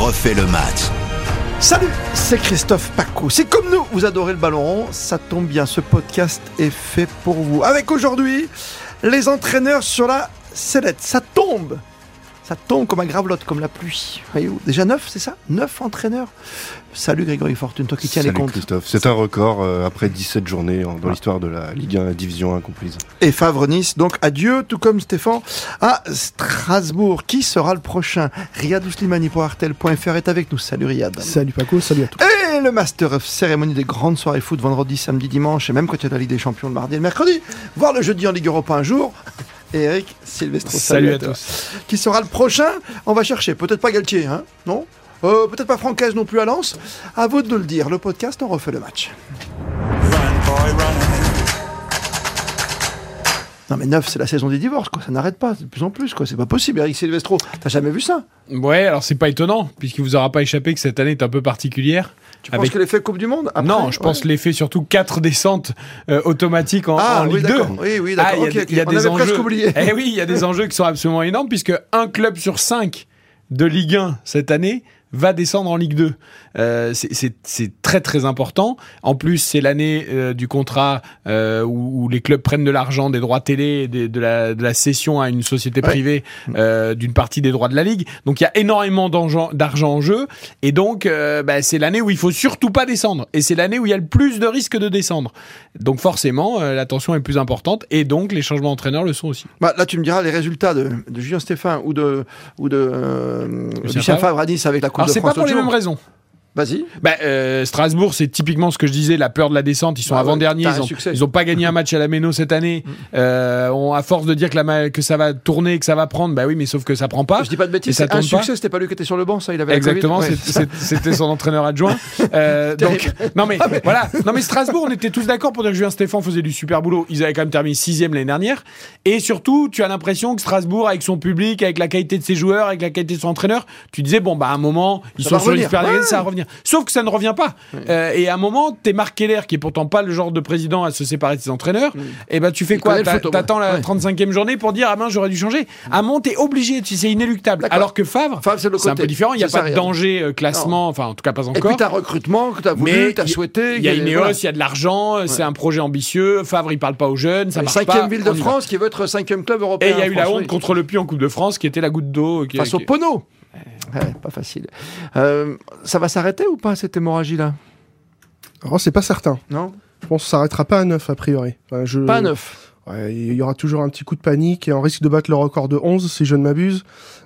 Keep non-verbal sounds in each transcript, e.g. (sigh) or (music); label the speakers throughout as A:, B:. A: refait le match.
B: Salut, c'est Christophe Paco. Si comme nous, vous adorez le ballon rond, ça tombe bien, ce podcast est fait pour vous. Avec aujourd'hui, les entraîneurs sur la sellette. Ça tombe ça tombe comme un gravelotte, comme la pluie. Voyez-vous. Déjà neuf, c'est ça Neuf entraîneurs Salut Grégory Fortune, toi qui tiens les
C: Salut
B: comptes.
C: Christophe, c'est un record euh, après 17 journées en- dans l'histoire de la Ligue 1 la Division 1 comprise.
B: Et Favre-Nice, donc adieu, tout comme Stéphane, à Strasbourg. Qui sera le prochain Riyad Ouslimani pour Artel.fr est avec nous. Salut Riyad.
D: Salut Paco, salut à tous.
B: Et le Master of Cérémonie des grandes soirées foot vendredi, samedi, dimanche, et même quand il y a la Ligue des Champions le mardi et le mercredi, voire le jeudi en Ligue Europa un jour. Et Eric Silvestro. toi. Qui sera le prochain On va chercher. Peut-être pas Galtier, hein Non Euh, Peut-être pas Francaise non plus à Lens. À vous de le dire. Le podcast, on refait le match.
E: Run, boy, run.
B: Non mais 9, c'est la saison des divorces, quoi. Ça n'arrête pas, de plus en plus, quoi. C'est pas possible, Eric Silvestro. T'as jamais vu ça
F: Ouais, alors c'est pas étonnant, puisqu'il vous aura pas échappé que cette année est un peu particulière.
B: Tu penses
F: Avec-
B: que l'effet Coupe du Monde après,
F: non, je
B: ouais.
F: pense l'effet surtout quatre descentes euh, automatiques en,
B: Ah
F: en
B: oui,
F: Ligue 2.
B: d'accord. Oui, oui,
F: Ah,
B: d'accord.
F: il y a
B: Ok,
F: des- il y a
B: ok. On
F: des
B: avait
F: enjeux.
B: presque oublié.
F: Eh oui, il y a des enjeux qui sont absolument énormes puisque un club sur cinq de Ligue 1 cette année va descendre en Ligue 2. Euh, c'est- c'est c'est très très important. En plus, c'est l'année euh, du contrat euh, où, où les clubs prennent de l'argent des droits télé, et des- de, la, de la cession à une société
B: Ouais.
F: privée euh, d'une partie des droits de la Ligue. Donc il y a énormément d'enjeu- d'argent en jeu. Et donc, euh, bah, c'est l'année où il faut surtout pas descendre. Et c'est l'année où il y a le plus de risques de descendre. Donc forcément, euh, la tension est plus importante. Et donc, les changements d'entraîneurs le sont aussi.
B: Bah, là, tu me diras les résultats de, de Julien Stéphane ou de, ou de euh,
F: Lucien
B: Lucien
F: Favre.
B: Favre à Nice avec la Coupe
F: Alors,
B: de
F: c'est
B: France.
F: pas pour les
B: l'autre
F: mêmes
B: jour.
F: raisons.
B: Vas-y.
F: Bah, euh, Strasbourg, c'est typiquement ce que je disais, la peur de la descente. Ils sont
B: Bah ouais,
F: avant-derniers,
B: t'as un
F: ils, ont-
B: succès. Mm.
F: ils ont pas gagné un match à la Méno cette année. Euh, on, à force de dire que, la, ma- que ça va tourner, que ça va prendre, bah oui, mais sauf que ça prend pas.
B: Je dis pas de bêtises.
F: Et
B: C'est
F: ça
B: un
F: tombe pas
B: succès. C'était pas lui qui était sur le banc, ça. Il avait
F: Exactement,
B: La COVID.
F: c'est-
B: Ouais.
F: c'est- c'était son
B: (laughs)
F: entraîneur adjoint. Euh, donc, non mais,
B: Ah,
F: voilà, non mais Strasbourg, on était tous d'accord pour dire que Julien Stéphane faisait du super boulot. Ils avaient quand même terminé sixième l'année dernière. Et surtout, tu as l'impression que Strasbourg, avec son public, avec la qualité de ses joueurs, avec la qualité de son entraîneur, tu disais bon bah à un moment ils
B: Ça
F: sont
B: va
F: sur une
B: revenir.
F: super
B: Ouais.
F: ça va revenir. Sauf que ça ne revient pas. Euh, et à un moment, t'es Marc Keller, qui est pourtant pas le genre de président à se séparer de ses entraîneurs. Et ben tu fais quoi
B: Mm. connaît le
F: T'a-
B: foot, au moins.
F: T'attends la
B: Ouais.
F: 35e journée pour dire ah mince j'aurais dû changer. À un moment, t'es obligé, tu- c'est inéluctable.
B: D'accord.
F: Alors que Favre,
B: Favre, c'est le
F: c'est un
B: côté.
F: peu différent. Il n'y a
B: C'est ça,
F: pas de
B: Riyad.
F: danger euh, classement, enfin en tout cas pas
B: Et puis
F: encore.
B: t'as un recrutement que t'as voulu,
F: Mais
B: t'as
F: y-
B: souhaité.
F: Il y a
B: que-
F: une
B: voilà.
F: hausse, il y a de l'argent, euh, c'est un projet ambitieux. Favre, il parle pas aux jeunes, ça
B: La
F: marche
B: Cinquième
F: pas.
B: ville de
F: on y va.
B: France qui veut être cinquième club européen.
F: Et il y a eu la
B: France,
F: honte
B: oui.
F: contre le Puy en Coupe de France, qui était la goutte d'eau. euh, qui-
B: face au
F: qui-
B: Pono. Ouais, pas facile. Euh, ça va s'arrêter ou pas cette hémorragie là
D: Alors c'est pas certain.
B: Non
D: Je pense que ça s'arrêtera pas à 9 a priori. Enfin, je-
F: Euh,
B: Pas neuf.
D: Ouais, Il y aura toujours un petit coup de panique et on risque de battre le record de 11 si je ne m'abuse.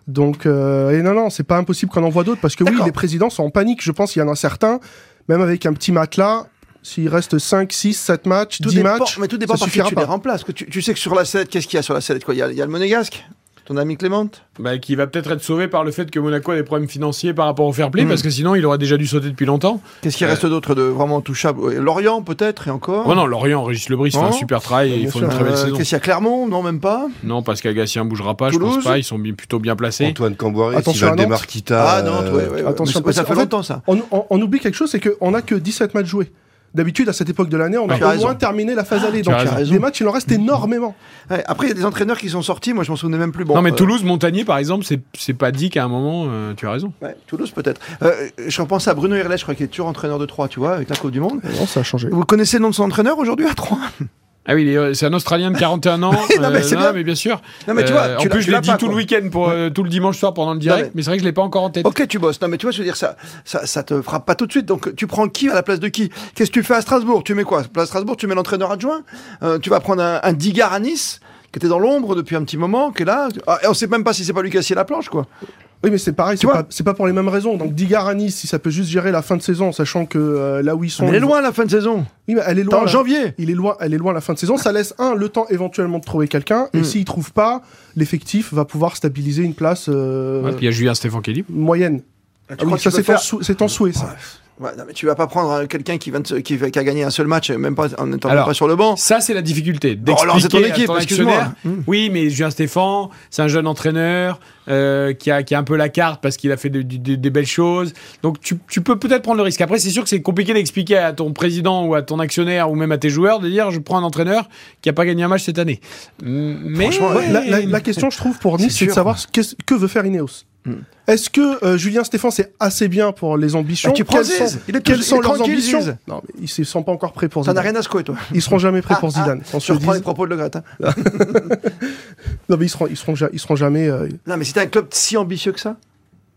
D: Donc euh, et non non, c'est pas impossible qu'on en voit d'autres parce que oui,
B: D'accord.
D: les présidents sont en panique, je pense qu'il y en a certains même avec un petit matelas, s'il reste 5 6 7 matchs, 10
B: dépend,
D: matchs,
B: mais tout dépend
D: ça
B: par qui
D: suffira
B: tu les
D: pas.
B: remplaces. Que Tu, tu sais que sur la sellette, qu'est-ce qu'il y a sur la sellette quoi Il y, a- il y a le Monégasque, ton ami Clément.
F: Bah, qui va peut-être être sauvé par le fait que Monaco a des problèmes financiers par rapport au fair
B: Mm.
F: play, parce que sinon il aurait déjà dû sauter depuis longtemps.
B: Qu'est-ce qui
F: Euh,
B: reste d'autre de vraiment touchable Ouais, Lorient peut-être et encore.
F: Oh non, Lorient, Régis Lebris fait
B: Non.
F: un super travail et
D: Bien
F: ils font
D: sûr.
F: une très belle
B: Oh. Euh,
F: saison. Euh,
B: Qu'est-ce qu'il y a Clermont Non, même pas.
F: Non, parce qu'Agassien bougera pas, je
B: Toulouse.
F: pense pas, ils sont bien- plutôt bien placés.
C: Antoine Camboire,
D: Attention à
C: Sylvain
D: Nantes.
C: Demarquita.
B: Ah, non,
C: euh,
B: ouais, ouais, ouais.
D: attention,
B: Mais ça
D: parce
B: fait
D: qu'en fait-
B: longtemps ça.
D: On, on- on oublie quelque chose, c'est qu'on a que 17 matchs joués. D'habitude, à cette époque de l'année, on
B: Ouais. Ah, Tu as
D: a au
B: raison. Ah,
D: moins terminé la phase allée.
F: Tu as
D: Donc,
F: raison.
D: des matchs, il en reste énormément.
B: Ouais, après, il y a des entraîneurs qui sont sortis. Moi, je m'en souvenais même plus. Bon,
F: non, mais
B: euh,
F: Toulouse, Montagnier par exemple, c'est- c'est pas dit qu'à un moment, euh, tu as raison.
B: ouais, Toulouse peut-être. Euh, je repense à Bruno Herlet, je crois qu'il est toujours entraîneur de 3, tu vois, avec la Coupe du Monde.
D: Non, ça a changé.
B: Vous connaissez le nom de son entraîneur aujourd'hui à 3
F: Ah oui, il est, euh, c'est un Australien de 41 ans.
B: (laughs)
F: euh,
B: Non, mais c'est bien.
F: bien sûr.
B: Non, mais tu vois,
F: Euh,
B: tu
F: en
B: l'as-
F: plus,
B: tu
F: je
B: l'as
F: l'ai dit
B: pas,
F: tout le
B: quoi.
F: week-end, pour, euh, tout le dimanche soir pendant le direct,
B: mais-
F: mais, c'est vrai que je l'ai pas encore en tête.
B: Ok, tu bosses. Non, mais tu vois, je veux dire, ça, ça, ça te frappe pas tout de suite. Donc, tu prends qui à la place de qui Qu'est-ce que tu fais à Strasbourg Tu mets quoi À Strasbourg, tu mets l'entraîneur adjoint. Euh, tu vas prendre un, un Digard à Nice, qui était dans l'ombre depuis un petit moment, qui est là. Ah, et on sait même pas si c'est pas lui qui a scié la planche, quoi.
D: Oui, mais c'est pareil,
B: Tu
D: c'est
B: vois
D: pas, c'est pas pour les mêmes raisons. Donc, Digar à Nice, si ça peut juste gérer la fin de saison, sachant que euh, là où ils sont.
B: Mais elle est
D: ils-
B: loin, la fin de saison.
D: Oui, mais elle est
B: T'es
D: loin.
B: en
D: là.
B: janvier.
D: Il est loin, elle est loin la fin de saison. Ça laisse un le temps éventuellement de trouver quelqu'un.
B: Mm.
D: Et s'il trouve pas, l'effectif va pouvoir stabiliser une place euh,
F: Ouais, puis il y a Julien Stéphane Kelly.
D: moyenne. Ah oui,
B: crois que
D: ça
B: tu peux
D: c'est en
B: faire-
D: sou- c'est en souhait. Ça.
B: Ouais, non, mais tu vas pas prendre euh, quelqu'un qui, vient de se- qui, qui a gagné un seul match, et même pas en étant même
F: Alors,
B: pas sur le banc.
F: Ça, c'est la difficulté.
B: Oh, alors, c'est ton
F: d'expliquer à
B: équipe,
F: ton
B: excuse-moi. Hmm.
F: actionnaire, Oui, mais Julien Stéphane, c'est un jeune entraîneur euh, qui, a, qui a un peu la carte parce qu'il a fait de- de- de- des belles choses. Donc, tu, tu peux peut-être prendre le risque. Après, c'est sûr que c'est compliqué d'expliquer à ton président ou à ton actionnaire ou même à tes joueurs de dire je prends un entraîneur qui a pas gagné un match cette année. Mais
D: Ouais, la, la- la question, je trouve, pour Nice,
B: Eh C'est
D: c'est de
B: dur.
D: savoir ce qu'est- que veut faire Ineos.
B: Mm.
D: Est-ce que euh, Julien Stéphan, c'est assez bien pour les ambitions
B: Bah, tu prends
D: Quelles
B: Ziz.
D: sont,
B: Il est
D: quelles
B: tout-
D: sont
B: il est
D: leurs
B: tranquille,
D: ambitions
B: Ziz.
D: Non, mais ils se sentent pas encore prêts pour
B: T'en as
D: Zidane.
B: rien à secouer, toi.
D: Ils seront jamais prêts
B: Ah,
D: pour
B: ah,
D: Zidane. Qu'on se
B: Tu
D: le dise.
B: reprends les propos de Le Gret, hein.
D: Non, mais ils seront, ils seront, ja- ils seront jamais. euh,
B: Non, mais si t'as un club si ambitieux que ça,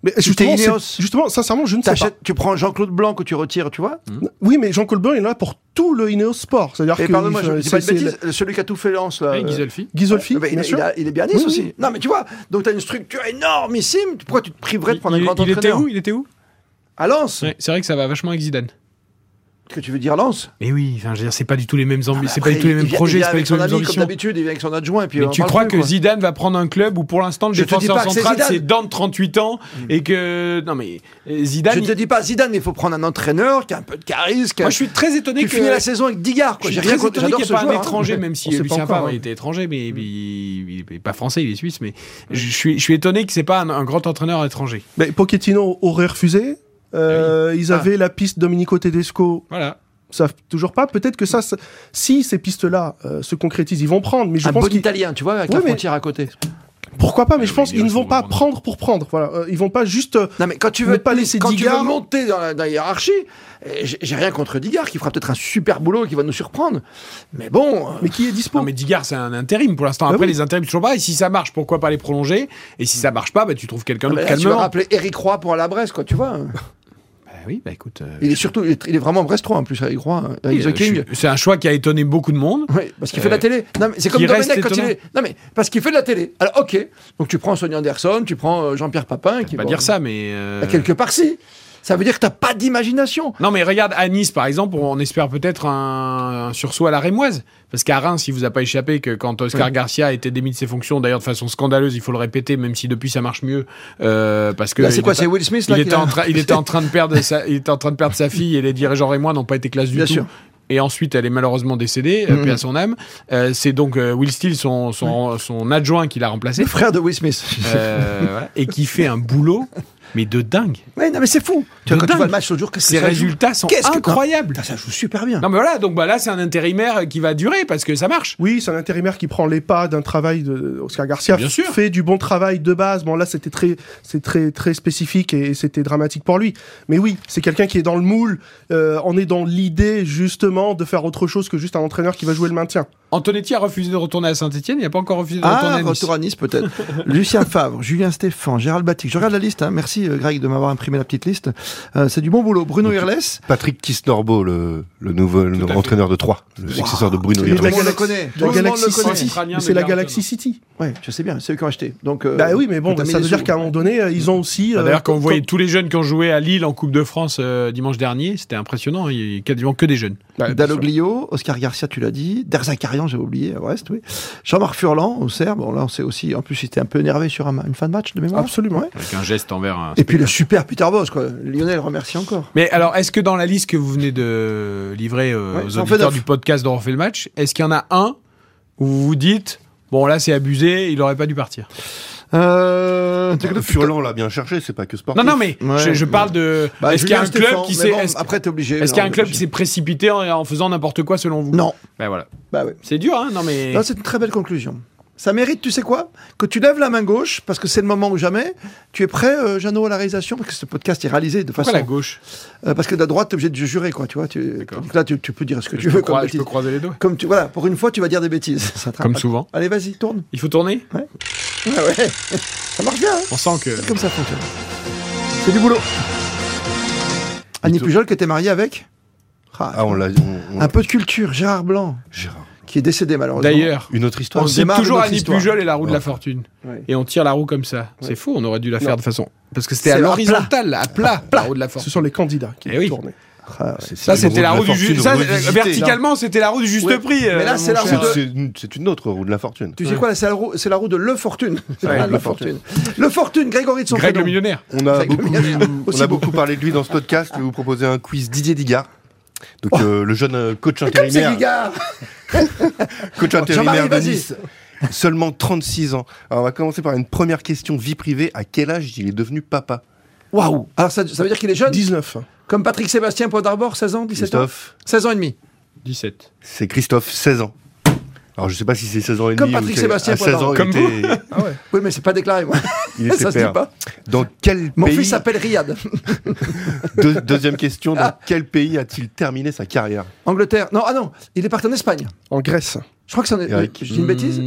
D: Mais justement,
B: t'es
D: c'est-
B: Ineos.
D: justement, sincèrement, je ne sais pas.
B: t'achètes- tu prends Jean-Claude Blanc que tu retires, tu vois.
D: Oui, mais Jean Colbert, il est là pour tout le Ineos Sport. C'est-à-dire
B: Et
D: que
B: pardonne-moi,
D: il-
B: je dis
D: c'est-
B: pas de
D: c'est-
B: bêtises, celui qui a tout fait Lens, là.
F: Avec
B: euh,
F: Gisolfi.
D: Gisolfi,
B: Ah bah, il,
D: bien
B: est-
D: sûr.
B: il a- il est bien nice
D: Oui, oui.
B: aussi. Non, mais tu vois, donc t'as une structure énormissime. Pourquoi tu te priverais de prendre un grand
F: il était
B: entraîneur
F: où Il était où
B: À Lens
F: Ouais, C'est vrai que ça va vachement avec Zidane.
B: Que tu veux dire Lens
F: Mais oui, enfin, je veux dire, c'est pas du tout les mêmes ambitions, c'est pas
B: Ah bah Après,
F: du tout les
B: il
F: mêmes
B: vient-
F: projets,
B: il
F: c'est
B: vient
F: pas
B: avec son
F: du tout les mêmes
B: ami, comme
F: ambitions.
B: d'habitude, il vient avec son adjoint. Et puis
F: Mais
B: on
F: tu
B: parle
F: crois
B: plus,
F: que
B: quoi.
F: Zidane va prendre un club où pour l'instant le
B: Je te dis
F: défenseur
B: pas que c'est
F: central
B: Zidane. Hmm.
F: c'est dans de 38 ans et que non mais euh, Zidane.
B: Je
F: il-
B: te dis pas Zidane, mais il faut prendre un entraîneur qui a un peu de charisme. qui a-
F: Moi je suis très étonné
B: tu
F: que
B: finis la saison avec 10 gars,
F: je
B: quoi.
F: suis
B: J'ai
F: très
B: rien contre
F: étonné
B: j'adore
F: qu'il n'y ait
B: ce
F: pas un
B: joueur, hein.
F: étranger, même si
D: On
F: euh,
D: sait pas
F: Lucien
D: encore,
F: Favre
D: hein.
F: il était étranger, mais
B: Hmm.
F: mais il n'est pas français, il est suisse. Mais je suis, je suis étonné que c'est pas un, un grand entraîneur étranger.
D: Mais Pochettino aurait refusé. Euh, Ils
B: Ah.
D: avaient la piste Domenico Tedesco.
F: Voilà.
D: Ça toujours pas. Peut-être que ça, ça- si ces pistes-là euh, se concrétisent, ils vont prendre. Mais je
B: un
D: pense
B: bon
D: qu'ils-
B: italien, Ah tu vois, avec
D: Oui,
B: la
D: mais-
B: frontière à côté.
D: pourquoi pas. Mais
F: Mais
D: je
F: oui,
D: pense
F: mais
D: qu'ils
F: là,
D: ne
F: ils
D: vont
F: vont
D: pas
F: prendre.
D: prendre pour prendre. Voilà, Euh, ils vont pas juste. euh,
B: Non, mais quand tu
D: Ne
B: veux,
D: pas laisser
B: quand tu veux
D: Digard-
B: monter dans la, dans la hiérarchie, eh, j'ai j'ai rien contre Digard qui fera peut-être un super boulot et qui va nous surprendre. Mais bon, euh,
D: Mais qui est dispo
F: Non mais Digard c'est un intérim pour l'instant.
D: Bah
F: Après
D: oui.
F: les intérims c'est toujours pareil. Si ça marche pourquoi pas les prolonger et si ça marche pas bah tu trouves quelqu'un
B: Mm. bah,
F: d'autre
B: là, tu vas
F: calmement.
B: rappeler Eric Roy pour aller à Brest, quoi, tu vois.
F: Bah oui bah écoute. euh,
B: Il est surtout, il est, il est vraiment Brest-Roy en plus, Eric Roy, euh, avec
F: euh,
B: The King.
F: je suis- C'est un choix qui a étonné beaucoup de monde.
B: Oui, parce qu'il fait de la
F: Euh,
B: télé. Non, mais c'est comme
F: qui reste
B: Domenech quand il
F: étonnant.
B: est. Non, mais parce qu'il fait de la télé. Alors, ok. Donc, tu prends Sonny Anderson, tu prends euh, Jean-Pierre Papin.
F: Je
B: Qui,
F: vais pas
B: bon,
F: dire ça mais. euh,
B: bah, quelque part, si. Ça veut dire que t'as pas d'imagination.
F: Non, mais regarde, à Nice, par exemple, on espère peut-être un, un sursaut à la rémoise. Parce qu'à Reims, il vous a pas échappé que quand Oscar Garcia a été démis de ses fonctions, d'ailleurs de façon scandaleuse, il faut le répéter, même si depuis ça marche mieux, euh, parce que
B: Là, Bah, c'est
F: il
B: quoi
F: était-
B: C'est Will Smith, là
F: il
B: qui
F: était,
B: l'a-
F: en train-
B: (laughs)
F: il était en train de perdre sa, il était en train de perdre sa fille et les dirigeants rémois n'ont pas été classe du
B: Bien
F: tout.
B: sûr. Mm-hmm.
F: Et ensuite, elle est malheureusement décédée, euh, paix à son âme. Euh, c'est donc euh, Will Steele, son, son, son adjoint, qui l'a remplacé,
B: Le frère de Will Smith.
F: euh, voilà, et qui fait un boulot, mais de dingue.
B: Ouais, non, mais c'est fou. Tu vois,
F: De
B: quand tu
F: dingue.
B: vois le match l'autre jour, qu'est-ce que
F: Ses
B: ça joue
F: résultats sont
B: Qu'est-ce que-
F: incroyables.
B: Putain, Ça joue super bien.
F: Non mais voilà, donc bah là c'est un intérimaire qui va durer parce que ça marche.
D: Oui, c'est un intérimaire qui prend les pas d'un travail de Oscar Garcia.
F: Bien sûr.
D: Fait du bon travail de base. Bon là, c'était très, c'est très, très spécifique et c'était dramatique pour lui. Mais oui, c'est quelqu'un qui est dans le moule. Euh, on est dans l'idée justement de faire autre chose que juste un entraîneur qui va jouer le maintien.
F: Antonetti a refusé de retourner à Saint-Etienne, il n'a pas encore refusé de retourner
B: Ah,
F: à Nice.
B: retour à Nice
F: (laughs)
B: peut-être. Lucien Favre, Julien Stéphan, Gérald Batic. Je regarde la liste. hein. Merci euh, Greg de m'avoir imprimé la petite liste. Euh, c'est du bon boulot. Bruno
C: Ok.
B: Irles.
C: euh, Patrick Kisnorbo, le, le nouveau le
F: à fait.
C: entraîneur de Troyes, le successeur de Bruno
D: Et
B: Tout le
D: la
C: Irles.
B: monde le
D: Galaxy-
B: connaît. Tout
D: La
B: le monde
D: Galaxy
B: le connaît.
D: City.
F: Australien
D: Mais
F: de
D: c'est la
F: Garton.
D: Galaxy City.
B: Ouais, je sais bien. C'est eux qui ont acheté. Donc. euh,
D: Bah oui, mais bon,
B: t'as mis
D: ça
B: les
D: veut dire
B: sous.
D: qu'à un moment donné, euh, ils ont aussi.
F: Bah,
D: euh,
F: D'ailleurs, quand on
D: comme-
F: voyait tous les jeunes qui ont joué à Lille en Coupe de France euh, dimanche dernier, c'était impressionnant. hein, Il y a quasiment que des jeunes.
D: Bah, bien sûr.
B: Dalloglio, Oscar Garcia, tu l'as dit. Derzakarian, j'ai oublié, à Brest, oui. Jean-Marc Furlan, au Serbe. Bon, là, on sait aussi. En plus, il était un peu énervé sur un- une fin de match, de mémoire.
D: Absolument.
B: Ouais.
F: Avec un geste envers. Un...
B: Et puis le super Peter Boss, quoi. Lionel remercie encore.
F: Mais alors, est-ce que dans la liste que vous venez de livrer euh,
B: Ouais,
F: aux
B: ça en fait
F: auditeurs
B: neuf.
F: du podcast d'On refait le match, est-ce qu'il y en a un où vous vous dites bon là c'est abusé, il aurait pas dû partir
B: Euh...
C: Le Furlan l'a bien cherché, c'est pas que sportif.
F: Non non mais
B: Ouais.
F: je, je parle de.
B: Bah,
F: est-ce qu'il y a
B: Julien
F: un club
B: Stéphan,
F: qui
B: mais
F: s'est
B: bon,
F: est-ce-
B: Après, t'es obligé.
F: est-ce
B: non,
F: qu'il y a un
B: t'es
F: club qui
B: obligé.
F: s'est précipité en, en faisant n'importe quoi selon vous
B: Non.
F: Ben voilà.
B: Bah oui.
F: C'est dur, hein Non, mais.
B: Non, c'est une très belle conclusion. Ça mérite, tu sais quoi Que tu lèves la main gauche, parce que c'est le moment ou jamais. Tu es prêt, euh, Jeannot, à la réalisation Parce que ce podcast est réalisé de
F: Pourquoi
B: façon.
F: la gauche
B: Euh, parce que de la droite, t'es obligé de jurer, quoi, tu vois. Tu...
F: D'accord.
B: Donc là, tu, tu peux dire ce que tu
F: je, peux
B: veux comme
F: croi- je
B: bêtise.
F: peux croiser les doigts.
B: Comme tu... Voilà, pour une fois, tu vas dire des bêtises. (laughs) Ça te
F: Comme
B: rattrape.
F: souvent.
B: Allez, vas-y, tourne. (laughs)
F: Il faut tourner
B: Ouais, ouais. Ça marche bien, hein
F: On sent que.
B: C'est comme ça fonctionne. C'est du boulot. Annie Pujol, que t'es mariée avec Ah,
C: Ah, on l'a. on- on-
B: Un peu de culture, Gérard Blanc,
C: Gérard.
B: qui est décédé malheureusement.
F: D'ailleurs,
C: Une autre
F: on
C: histoire.
B: On
F: cite
B: démarre
F: toujours
B: notre
F: Annie
B: histoire.
F: Pujol et la roue de la
C: Ouais.
F: fortune.
B: Ouais.
F: Et on tire la roue comme ça. C'est faux, on aurait dû la faire de façon. Parce que c'était à
B: C'est à
F: l'horizontale, à plat, la roue de la
D: Ce
F: fortune.
D: sont les candidats qui
F: Eh oui.
D: tournaient.
B: Ah, ouais.
C: C'est-
F: Ça,
C: c'est
F: c'était
C: une
F: la roue du
C: fortune
F: juste. Ça,
C: revisitée. hein.
F: euh, verticalement, c'était la roue du juste
B: Ouais.
F: prix. euh,
B: Mais là, c'est la roue
F: mon cher.
B: de-
C: C'est- C'est une- c'est une autre roue de la fortune.
B: Tu sais quoi, là, c'est la roue, c'est la roue de Le Fortune. (laughs) C'est la
F: Ouais,
B: roue de Le Fortune. Le Fortune, Grégory de son
F: Greg le
B: prénom.
F: millionnaire.
C: On a
B: Avec le
C: beaucoup,
B: milliardaire.
C: on
B: Aussi
C: a
B: beau.
C: beaucoup parlé de lui dans ce podcast. Je vais vous proposer un quiz Didier Digard. Donc euh, le jeune euh, coach
B: Comme c'est
C: intérimaire,
B: Ligard
C: coach
B: Jean-Marie,
C: intérimaire de
B: vas-y.
C: Nice. (laughs) Seulement 36 ans. Alors on va commencer par une première question vie privée. À quel âge il est devenu papa
B: Waouh Alors, ça, ça veut dire qu'il est jeune
D: 19.
B: Comme Patrick Sébastien, Poit d'Arbor, 16 ans, 17 ans
C: Christophe
B: 16 ans et demi.
F: 17.
C: C'est Christophe, 16 ans. Alors je sais pas si c'est 16 ans et demi.
B: Comme Patrick
C: ou c'est-
B: Sébastien
C: à 16 ans,
B: (laughs)
F: Comme
C: il était-
B: Oui, mais c'est pas déclaré, moi. (laughs)
C: Il était
B: Ça se dit
C: père.
B: pas.
C: Dans quel
B: Mon
C: pays
B: fils s'appelle Riyad.
C: (laughs) Deux- Deuxième question. Dans
B: Ah.
C: quel pays a-t-il terminé sa carrière
B: Angleterre. Non, ah non, il est parti en Espagne.
D: En Grèce.
B: Je crois que c'est en
C: Eric. Mm,
B: Je dis une bêtise
F: Mmh,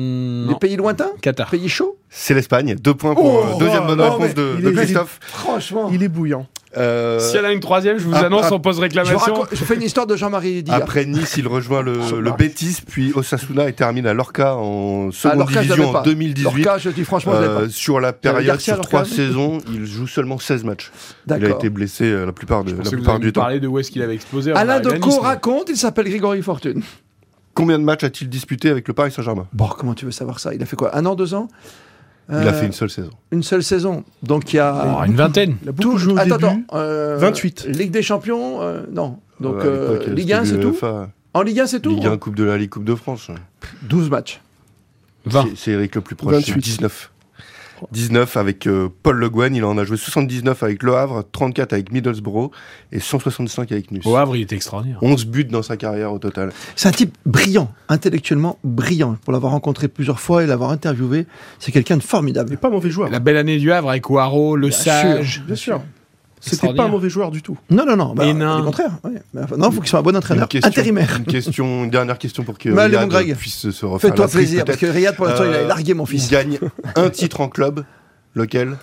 B: Les
F: non.
B: pays lointains
F: Qatar.
B: Pays chauds
C: C'est l'Espagne. Deux points pour
B: Oh,
C: euh, deuxième
B: oh,
C: bonne
B: non, mais
C: réponse de,
D: il
C: de
D: est-
C: Christophe.
B: Franchement.
D: Il est bouillant.
C: Euh,
F: Si elle a une troisième, je vous
C: ah,
F: annonce,
C: ah,
F: on pose
B: Je, vous
F: réclamation.
B: raconte- je fais une histoire de Jean-Marie d'hier.
C: Après Nice, il
B: (laughs)
C: rejoint le, le Betis, puis Osasuna et termine à Lorca en
B: Ah,
C: seconde
B: Lorca, je l'avais
C: division en
B: pas.
C: 2018.
B: Lorca, je dis franchement, je l'avais
C: Euh,
B: pas.
C: sur la
B: T'avais
C: période,
B: Garcia,
C: sur
B: Lorca
C: trois saisons, il joue seulement 16 matchs. Il a
B: D'accord.
C: été blessé euh, la plupart, de, la
F: Parce que vous
C: plupart
F: avez
C: du
F: nous
C: temps.
F: parlé de où est-ce qu'il avait explosé. on va
B: Alain
F: arriver à
B: Decaux
F: Nice, nous.
B: raconte, il s'appelle Grégory Fortune.
C: Combien de matchs a-t-il disputé avec le Paris Saint-Germain
B: Bon, comment tu veux savoir ça Il a fait quoi Un an, deux ans
C: Il a
B: Euh,
C: fait une seule saison.
B: une seule saison. Donc il y a.
F: Oh, Une vingtaine.
D: Il a beaucoup
B: tout-
D: joué au
B: attends,
D: début.
B: attends, euh,
D: 28.
B: Ligue des Champions, euh, non. Donc
C: Euh, à
B: euh,
C: l'époque,
B: Ligue 1,
C: c'était
B: c'est
C: de
B: tout
C: l'UEFA.
B: En Ligue 1, c'est tout hein.
C: Ligue 1, Coupe de la Ligue, Coupe de France.
B: 12 matchs.
F: 20.
C: C'est- C'est Eric le plus proche, c'est
D: 28.
C: 19. 19 avec euh, Paul Le Guen, il en a joué 79 avec Le Havre, 34 avec Middlesbrough et 165 avec Nuss.
F: Au Havre, il était extraordinaire.
C: 11 buts dans sa carrière au total.
B: C'est un type brillant, intellectuellement brillant. Pour l'avoir rencontré plusieurs fois et l'avoir interviewé, c'est quelqu'un de
D: Il
B: formidable.
D: n'est pas mauvais joueur.
F: La belle année du Havre avec Ouaro, Le Sage.
D: Bien sûr. C'était pas
F: Extraordinaire.
D: un mauvais joueur du tout.
B: Non, non, non. Bah,
F: Et nain.
B: au contraire. ouais. Mais enfin, non, il faut qu'il soit un bon
C: Une
B: entraîneur.
C: question-
B: Intérimaire.
C: Une, question, une dernière question pour que
B: Mais allez, mon
C: Riyad
B: Greg.
C: puisse se refaire
B: Fais-toi
C: la frise,
B: plaisir, parce
C: peut-être.
B: que Riyad, pour l'instant, il a
C: Euh,
B: largué mon fils.
C: Il gagne un titre en club, lequel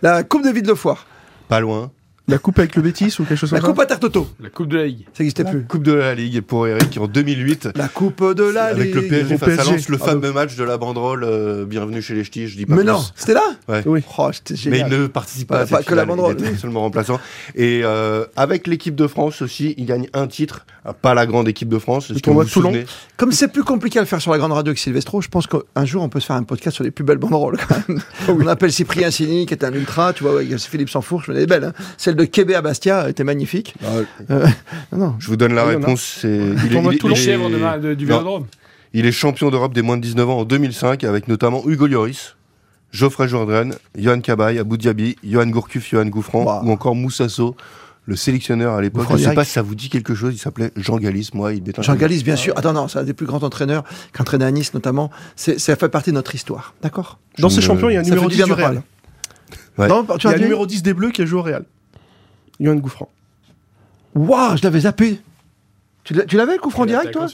B: La Coupe de Ville de Foire.
C: Pas loin.
D: La coupe avec le Bétis ou quelque chose
B: La
D: comme
B: Coupe à Tartoto.
F: La Coupe de la Ligue.
B: Ça n'existait plus.
C: Coupe de la Ligue pour Eric en 2008.
B: La Coupe de la Ligue.
C: Avec le PSG
D: au
C: face à
D: PSG.
C: Lens, le
D: Ah,
C: fameux match de la banderole euh, Bienvenue chez les Ch'tis, je dis pas
B: bah, Mais
C: plus.
B: non, c'était là
C: Ouais.
B: Oui. Oh, c'était
C: Mais
B: génial.
C: il ne participe pas
B: Bah,
C: à cette
B: pas que la
C: finale,
B: banderole.
C: il était seulement remplaçant. Et euh, avec l'équipe de France aussi, il gagne un titre, Ah, pas la grande équipe de France. Est-ce que
D: tournoi
C: vous
D: de
C: vous
D: Toulon.
C: souvenez
B: Comme c'est plus compliqué à le faire sur la grande radio que Silvestro, je pense qu'un jour on peut se faire un podcast sur les plus belles banderoles. Quand même.
D: (laughs) Ah
B: On appelle Cyprien Sini, qui est un ultra, tu vois, ouais, Philippe Sansfourche, mais elle est belle. hein. Celle de Québec à Bastia était magnifique. Euh, non, non.
C: Je vous donne la
D: Oui, il y en a.
C: réponse. c'est- Il, est-
F: Tournoi
C: il est-
F: Toulon.
C: il est-
F: Chèvre de ma- de- du
C: Non.
F: Vélodrome.
C: il est champion d'Europe des moins de 19 ans en 2005 avec notamment Hugo Lloris, Geoffrey Jourdain, Johan Cabaye, Abou Diaby, Johan Gourcuff, Johan Gouffran
D: Bah.
B: Waouh.
C: ou encore Moussasso. Le sélectionneur à l'époque,
B: Gouffran
C: je sais
B: direct.
C: pas si ça vous dit quelque chose, il s'appelait Jean Galis, moi, il détend.
B: Jean Galis, bien sûr. Attends, non, c'est un des plus grands entraîneurs qu'entraînait à Nice, notamment. C'est, ça fait partie de notre histoire. D'accord
D: Dans
C: Je
D: ces
C: ne-
D: champions, il y a un
B: Ça
D: numéro
B: fait du
D: 10
B: bien
D: du
B: d'en parler.
D: Real.
C: Ouais.
B: Non, tu
D: Il y
B: as
D: a un
B: dit
D: numéro 10 des Bleus qui a joué au Real. Johan Gouffran.
B: Waouh, je l'avais zappé. Tu l'a- tu l'avais, le coup franc direct, toi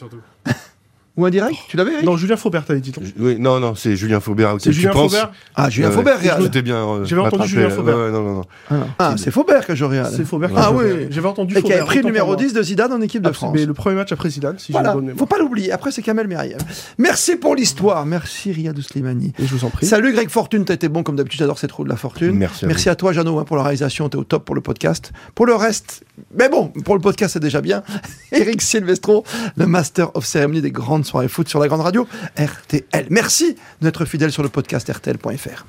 B: Ou indirect Tu l'avais Eric
D: Non, Julien Faubert t'avais dit. donc.
C: Oui, non, non, c'est Julien Faubert.
D: C'est Julien
C: penses
D: Faubert
B: Ah, Julien
C: Ouais,
B: Faubert,
C: ouais.
B: Real.
C: J'étais bien. euh,
D: J'avais entendu
C: rattrapé,
D: Julien
C: là.
D: Faubert.
C: Ouais, ouais, non, non, non.
B: Ah, c'est Faubert qui a joué au Real.
D: C'est Faubert.
B: Ah
D: qui a joué.
B: oui.
D: J'avais entendu
B: Et qui a
D: Faubert,
B: pris le
D: autant
B: numéro
D: pour moi.
B: 10 de Zidane en équipe de
D: Ah,
B: France.
D: Mais le premier match après Zidane, si j'ai
B: Voilà,
D: une bonne mémoire.
B: faut pas l'oublier. Après, c'est Kamel Meriem. Merci pour l'histoire. Merci Riyad Slimani.
D: Et je vous en prie.
B: Salut Greg Fortune, t'as été bon comme d'habitude, j'adore ces trous de la fortune.
C: Merci à
B: Merci à toi Jeannot hein, pour la réalisation, t'es au top pour le podcast. Pour le reste, mais bon, pour le podcast c'est déjà bien. (laughs) Eric Silvestro, le master of ceremony des grandes soirées foot sur la grande radio RTL. Merci d'être fidèle sur le podcast rtl.fr.